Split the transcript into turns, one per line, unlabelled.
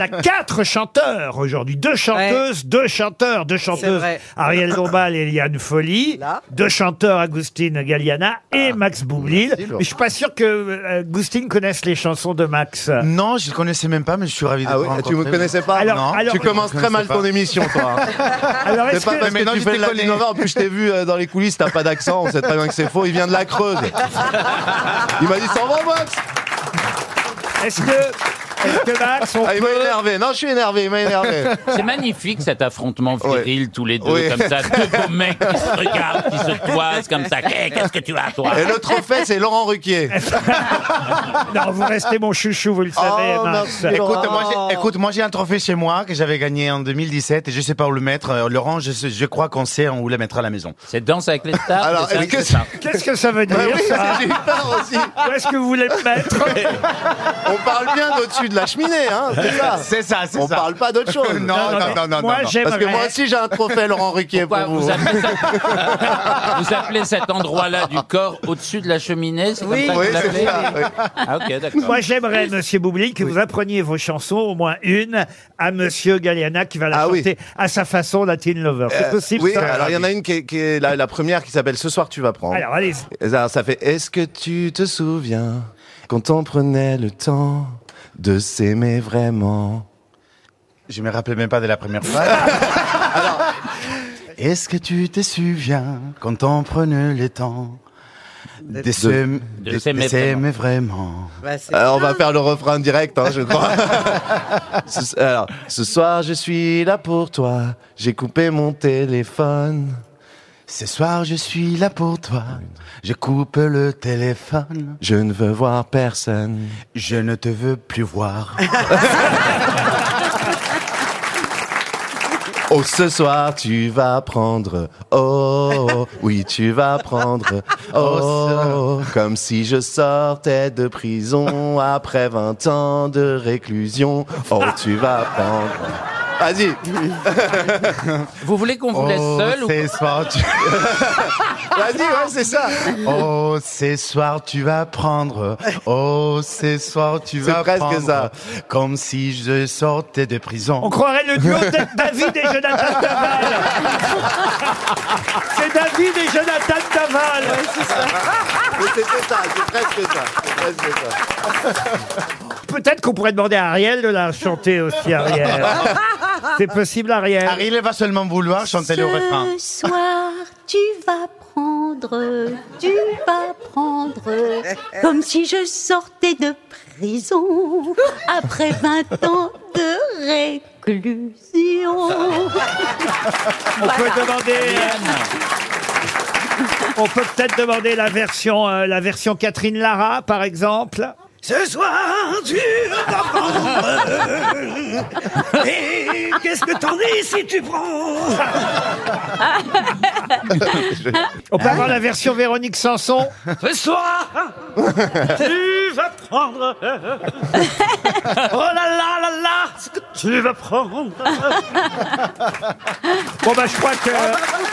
a quatre chanteurs aujourd'hui. Deux chanteuses, deux chanteurs, deux chanteuses.
vrai.
Ariel Dombal et Eliane Folly. Deux chanteurs, Agustin Galliana et
Ah.
Max Boublil. Mais je suis pas sûr que euh, Agustin connaisse les chansons de Max.
Non, je ne connaissais même pas, mais je suis ravi de
Ah
te
oui,
rencontrer.
tu me connaissais pas
Alors-
Non.
alors-
Tu commences
Je
très mal
connaissais
ton
pas.
émission, toi. hein.
Alors,
C'est
est-ce
pas
que...
parce
mais non,
que tu
je
fais
t'ai
de la
connu.
Innova. En plus, je t'ai vu euh, dans les coulisses, t'as pas d'accent. On sait très bien que c'est faux. Il vient de la Creuse. Il m'a dit s'en va, Max.
Est-ce que, est-ce que Max, on
Ah, il m'a
peut-
énervé. Non, je suis énervé. Il m'a énervé.
C'est magnifique cet affrontement
Ouais.
viril tous les deux
Ouais.
comme ça, deux beaux mecs qui se regardent, qui se toisent comme ça. Hey, Qu'est-ce que tu as toi
Et le trophée, c'est Laurent Ruquier.
Eh, Non, vous restez mon chouchou, vous le savez,
Oh,
Max.
merci.
Écoute,
Oh.
moi, j'ai, écoute, moi, j'ai un trophée chez moi que j'avais gagné en 2017 et je sais pas où le mettre. Euh, Laurent, je, sais- je crois qu'on sait où le mettre à la maison.
C'est danse avec les stars.
Alors,
c'est ça,
est-ce que
c'est
c'est-
ça.
Qu'est-ce que ça veut dire,
Ah oui,
ça
j'ai eu peur aussi.
Où est-ce que vous voulez me mettre
On parle bien d'au-dessus de la cheminée, hein. C'est ça.
C'est ça, c'est
On
ça.
parle pas d'autre chose.
Non, non, non, non, non.
Moi,
non.
Parce que moi
j'aimerais...
aussi, j'ai un trophée Laurent Ruquier pour
Pourquoi
vous.
vous, appelez ça- vous appelez cet endroit-là du corps au-dessus de la cheminée c'est comme
Oui.
ça que
Oui, c'est
vous l'appelez
ça. oui.
Ah, ok, d'accord.
Moi, j'aimerais, Monsieur Boublil, que vous appreniez vos chansons, au moins une, à Monsieur Galliana, qui va la
Ah oui. Euh,
chanter à sa façon, Latin Lover. C'est possible,
Oui,
ça
alors il y en a une qui est, qui est la, la première qui s'appelle Ce soir tu vas prendre.
Alors, allez,
Et Ça, ça fait Est-ce que tu te souviens quand on prenait le temps de s'aimer vraiment
Je me rappelle même pas de la première fois. Alors, Est-ce que tu te souviens quand on prenait le temps de se- de- de
s'aimer
s'aimer vraiment
Bah, c'est-
Alors, Euh, On va faire le refrain direct, hein, je crois. ce, alors, ce soir je suis là pour toi, j'ai coupé mon téléphone.
Ce soir, je suis là pour toi. Je coupe le téléphone.
Je ne veux voir personne.
Je ne te veux plus voir.
Oh, ce soir tu vas prendre. Oh, oh, oui, tu vas prendre. Oh, comme si je sortais de prison après 20 ans de réclusion. Oh, tu vas prendre. Vas-y.
Vous voulez qu'on vous laisse
Oh,
Oh,
seul ou
ce soir, tu...
Vas-y, ouais, c'est ça.
oh, ce soir, tu vas prendre. Oh, ce soir, tu
C'est
vas
presque
prendre.
ça.
Comme si je sortais de prison.
on croirait le duo de David et Jonathan Daval. C'est David et Jonathan Daval.
C'était ça, c'est presque ça. C'est presque ça.
Peut-être qu'on pourrait demander à Ariel de la chanter aussi, Ariel. C'est possible, Ariel.
Ariel va seulement vouloir chanter le refrain.
Ce soir, tu vas prendre, tu vas prendre, comme si je sortais de prison après 20 ans de réclusion.
On peut demander. On peut peut-être demander la version, euh, la version Catherine Lara, par exemple.
Ce soir, tu vas prendre. Et qu'est-ce que t'en dis si tu prends
On peut avoir la version Véronique Sanson.
Ce soir, tu vas prendre. Oh là là là là, ce que tu vas prendre. Oh,
Bon, bah, je crois que.